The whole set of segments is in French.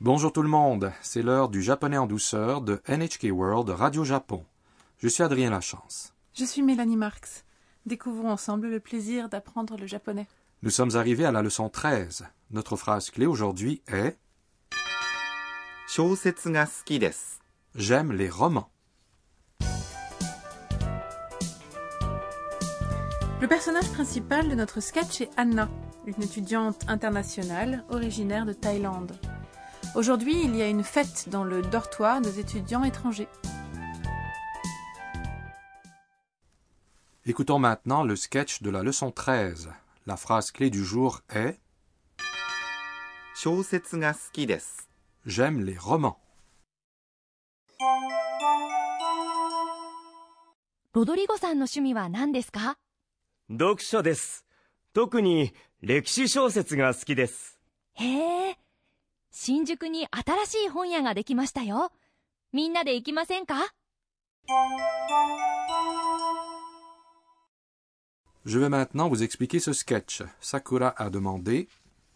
Bonjour tout le monde, c'est l'heure du japonais en douceur de NHK World Radio Japon. Je suis Adrien Lachance. Je suis Mélanie Marx. Découvrons ensemble le plaisir d'apprendre le japonais. Nous sommes arrivés à la leçon 13. Notre phrase clé aujourd'hui est 小説が好きです。 J'aime les romans. Le personnage principal de notre sketch est Anna, une étudiante internationale originaire de Thaïlande. Aujourd'hui, il y a une fête dans le dortoir des étudiants étrangers. Écoutons maintenant le sketch de la leçon 13. La phrase clé du jour est 小説が好きです。 J'aime les romans. ロドリゴさんの趣味は何ですか読書です。特に歴史小説が好きです。へえ。新宿に新しい本屋ができましたよ。みんなで行きませんか Je vais maintenant vous expliquer ce sketch. Sakura a demandé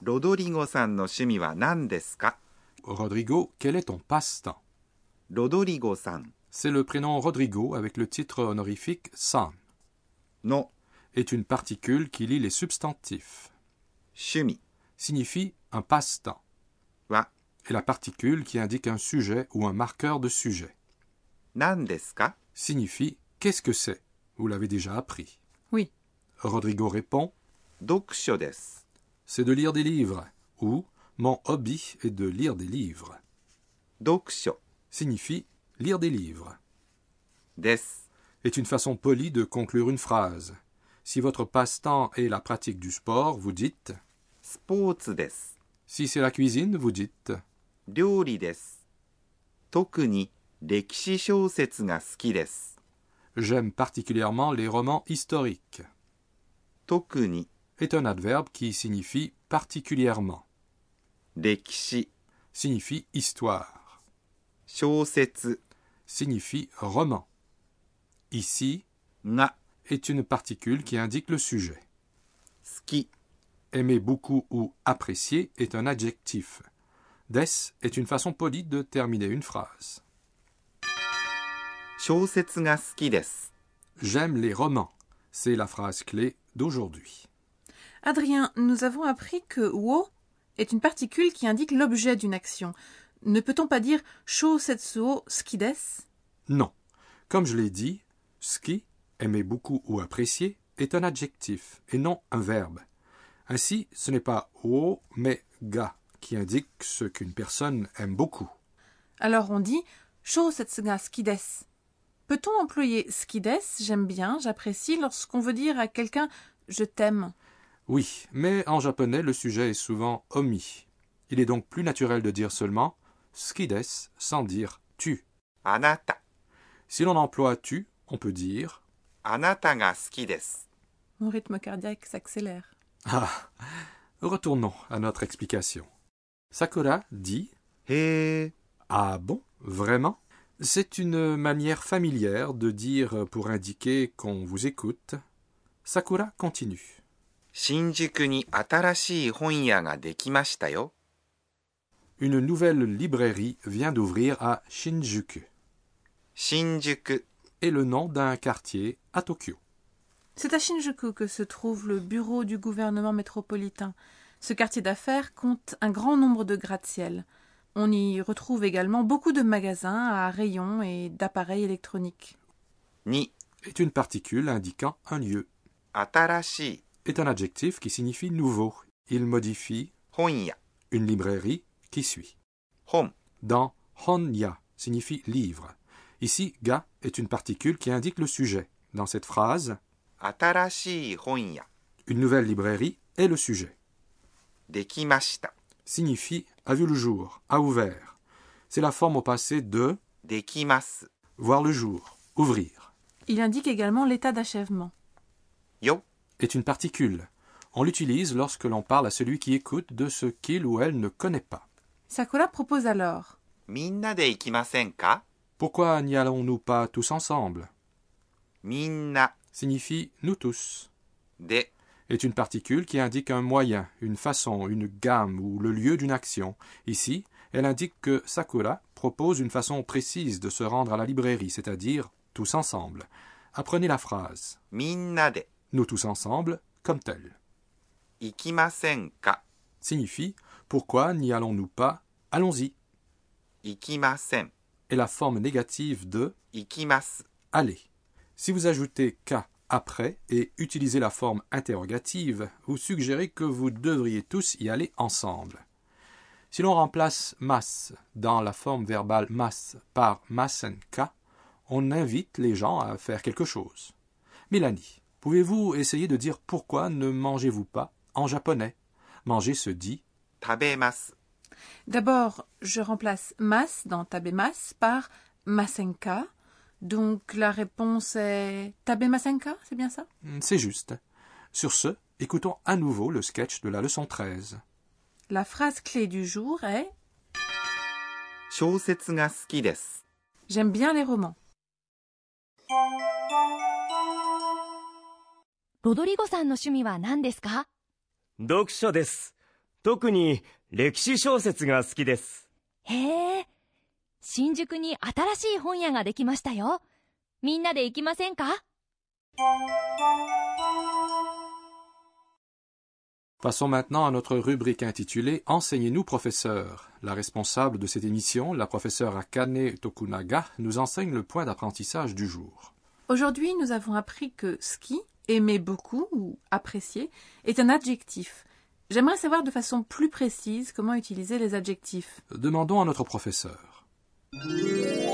ロドリゴさんの趣味は何ですか Rodrigo, quel est ton passe-temps ロドリゴさん C'est le prénom Rodrigo avec le titre honorifique san の est une particule qui lie les substantifs. 趣味 Signifie un passe-temps. は est la particule qui indique un sujet ou un marqueur de sujet. 何ですか Signifie qu'est-ce que c'est Vous l'avez déjà appris. Oui. Rodrigo répond 読書です。 c'est de lire des livres ou mon hobby est de lire des livres. 読書 Signifie lire des livres. です。 Est une façon polie de conclure une phrase. Si votre passe-temps est la pratique du sport, vous dites スポーツです。 si c'est la cuisine, vous dites 料理です。特に歴史小説が好きです。 j'aime particulièrement les romans historiques. 特に Est un adverbe qui signifie particulièrement, 歴史、 signifie histoire. 小説 signifie roman. Ici が est une particule qui indique le sujet. 好き、 Aimer beaucoup ou apprécier est un adjectif. Des est une façon polie de terminer une phrase. 小説が好きです。 J'aime les romans. C'est la phrase clé d'aujourd'hui. Adrien, nous avons appris que wo est une particule qui indique l'objet d'une action. Ne peut-on pas dire shosetsuo skides Non. Comme je l'ai dit, ski, aimer beaucoup ou apprécier, est un adjectif et non un verbe. Ainsi, ce n'est pas o mais ga qui indique ce qu'une personne aime beaucoup. Alors on dit shosetsu ga skides. Peut-on employer skides, j'aime bien, j'apprécie, lorsqu'on veut dire à quelqu'un je t'aime Oui, mais en japonais, le sujet est souvent omis. Il est donc plus naturel de dire seulement skides sans dire tu. あなた、 Si l'on emploie tu, on peut dire あなたが好きです。 Mon rythme cardiaque s'accélère. Ah Retournons à notre explication. Sakura dit へえ、 Ah bon Vraiment C'est une manière familière de dire pour indiquer qu'on vous écoute. Sakura continue. 新宿に新しい本屋ができましたよ。 Une nouvelle librairie vient d'ouvrir à Shinjuku 新宿 et le nom d'un quartier à Tokyo. C'est à Shinjuku que se trouve le bureau du gouvernement métropolitain. Ce quartier d'affaires compte un grand nombre de gratte-ciel. On y retrouve également beaucoup de magasins à rayons et d'appareils électroniques. に est une particule indiquant un lieu, 新しい est un adjectif qui signifie nouveau. Il modifie 本屋 une librairie qui suit. 本 Dans Honya signifie livre. Ici, ga est une particule qui indique le sujet. Dans cette phrase, 新しい本屋 une nouvelle librairie est le sujet. できました Signifie a vu le jour, a ouvert. C'est la forme au passé de できます。 voir le jour, ouvrir. Il indique également l'état d'achèvement. よ Est une particule. On l'utilise lorsque l'on parle à celui qui écoute de ce qu'il ou elle ne connaît pas. Sakura propose alors みんなで行きませんか Pourquoi n'y allons-nous pas tous ensemble みんな signifie nous tous, で est une particule qui indique un moyen, une façon, une gamme ou le lieu d'une action. Ici, elle indique que Sakura propose une façon précise de se rendre à la librairie, c'est-à-dire tous ensemble. Apprenez la phrase みんなで Nous tous ensemble comme telle. 行きませんか Signifie Pourquoi n'y allons-nous pas Allons-y 行きません est la forme négative de 行きます aller. Si vous ajoutez K après et utilisez la forme interrogative, vous suggérez que vous devriez tous y aller ensemble. Si l'on remplace mas dans la forme verbale mas par masen K, on invite les gens à faire quelque chose. Mélanie, pouvez-vous essayer de dire pourquoi ne mangez-vous pas en japonais Manger se dit 食べます D'abord, je remplace mas dans tabemas par masenka. Donc la réponse est tabemasenka, c'est bien ça c'est juste. Sur ce, écoutons à nouveau le sketch de la leçon 13. La phrase clé du jour est 小説が好きです J'aime bien les romans. ロドリゴさんの趣味は何ですか読書です。特に歴史小説が好きです。へえ。新宿に新しい本屋ができましたよ。みんなで行きませんか Passons maintenant à notre rubrique intitulée Enseignez-nous, professeur. La responsable de cette émission, la professeure Akane Tokunaga, nous enseigne le point d'apprentissage du jour. Aujourd'hui, nous avons appris que ski, aimer beaucoup ou apprécier, est un adjectif. J'aimerais savoir de façon plus précise comment utiliser les adjectifs. Demandons à notre professeur. Il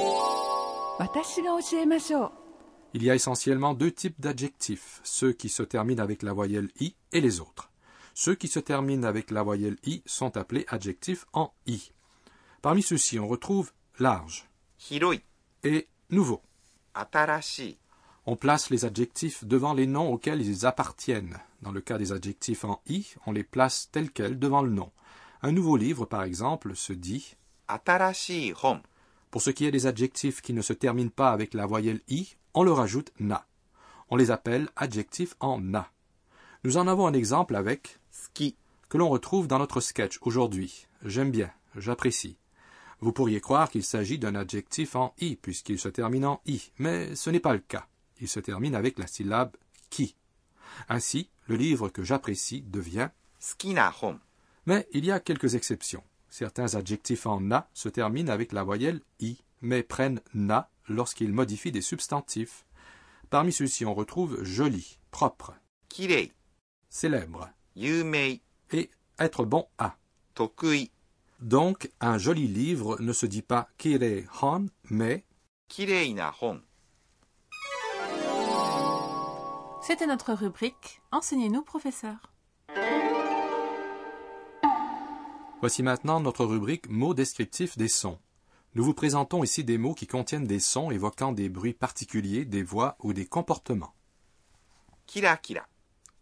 y a essentiellement deux types d'adjectifs, ceux qui se terminent avec la voyelle i et les autres. Ceux qui se terminent avec la voyelle i sont appelés adjectifs en i. Parmi ceux-ci, on retrouve large 広い et nouveau. 新しい On place les adjectifs devant les noms auxquels ils appartiennent. Dans le cas des adjectifs en i, on les place tels quels devant le nom. Un nouveau livre, par exemple, se dit 新しい本 Pour ce qui est des adjectifs qui ne se terminent pas avec la voyelle i, on leur ajoute na. On les appelle adjectifs en na. Nous en avons un exemple avec 好き que l'on retrouve dans notre sketch aujourd'hui. J'aime bien, j'apprécie. Vous pourriez croire qu'il s'agit d'un adjectif en i puisqu'il se termine en i, mais ce n'est pas le cas. Il se termine avec la syllabe qui. Ainsi, le livre que j'apprécie devient 好きな本 mais il y a quelques exceptions. Certains adjectifs en na se terminent avec la voyelle i, mais prennent na lorsqu'ils modifient des substantifs. Parmi ceux-ci, on retrouve joli, propre, きれい célèbre 有名 et être bon à. 得意 Donc, un joli livre ne se dit pas kirei hon, mais きれいな本 C'était notre rubrique Enseignez-nous, professeur. Voici maintenant notre rubrique mots descriptifs des sons. Nous vous présentons ici des mots qui contiennent des sons évoquant des bruits particuliers, des voix ou des comportements. キラキラ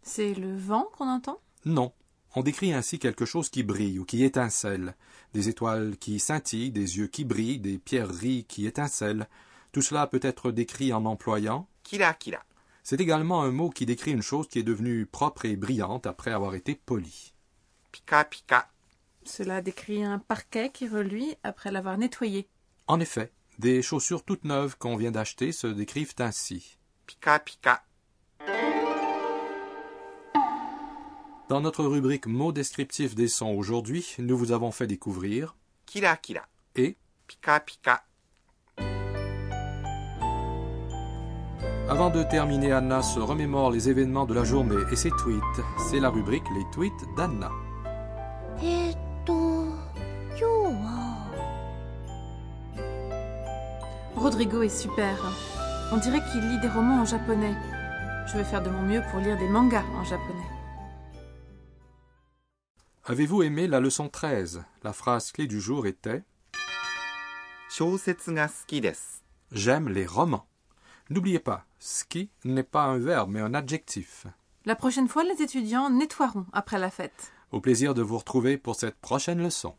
C'est le vent qu'on entend Non. On décrit ainsi quelque chose qui brille ou qui étincelle, des étoiles qui scintillent, des yeux qui brillent, des pierreries qui étincellent. Tout cela peut être décrit en employant. キラキラ C'est également un mot qui décrit une chose qui est devenue propre et brillante après avoir été polie. ピカピカ Cela décrit un parquet qui reluit après l'avoir nettoyé. En effet, des chaussures toutes neuves qu'on vient d'acheter se décrivent ainsi. ピカピカ Dans notre rubrique mots descriptifs des sons aujourd'hui, nous vous avons fait découvrir キラキラ et ピカピカ Avant de terminer, Anna se remémore les événements de la journée et ses tweets. C'est la rubrique Les tweets d'Anna. えっと、今日は。 Rodrigo est super. On dirait qu'il lit des romans en japonais. Je vais faire de mon mieux pour lire des mangas en japonais. Avez-vous aimé la leçon 13 La phrase clé du jour était 小説が好きです J'aime les romans. N'oubliez pas, ski n'est pas un verbe mais un adjectif. La prochaine fois, les étudiants nettoieront après la fête. Au plaisir de vous retrouver pour cette prochaine leçon.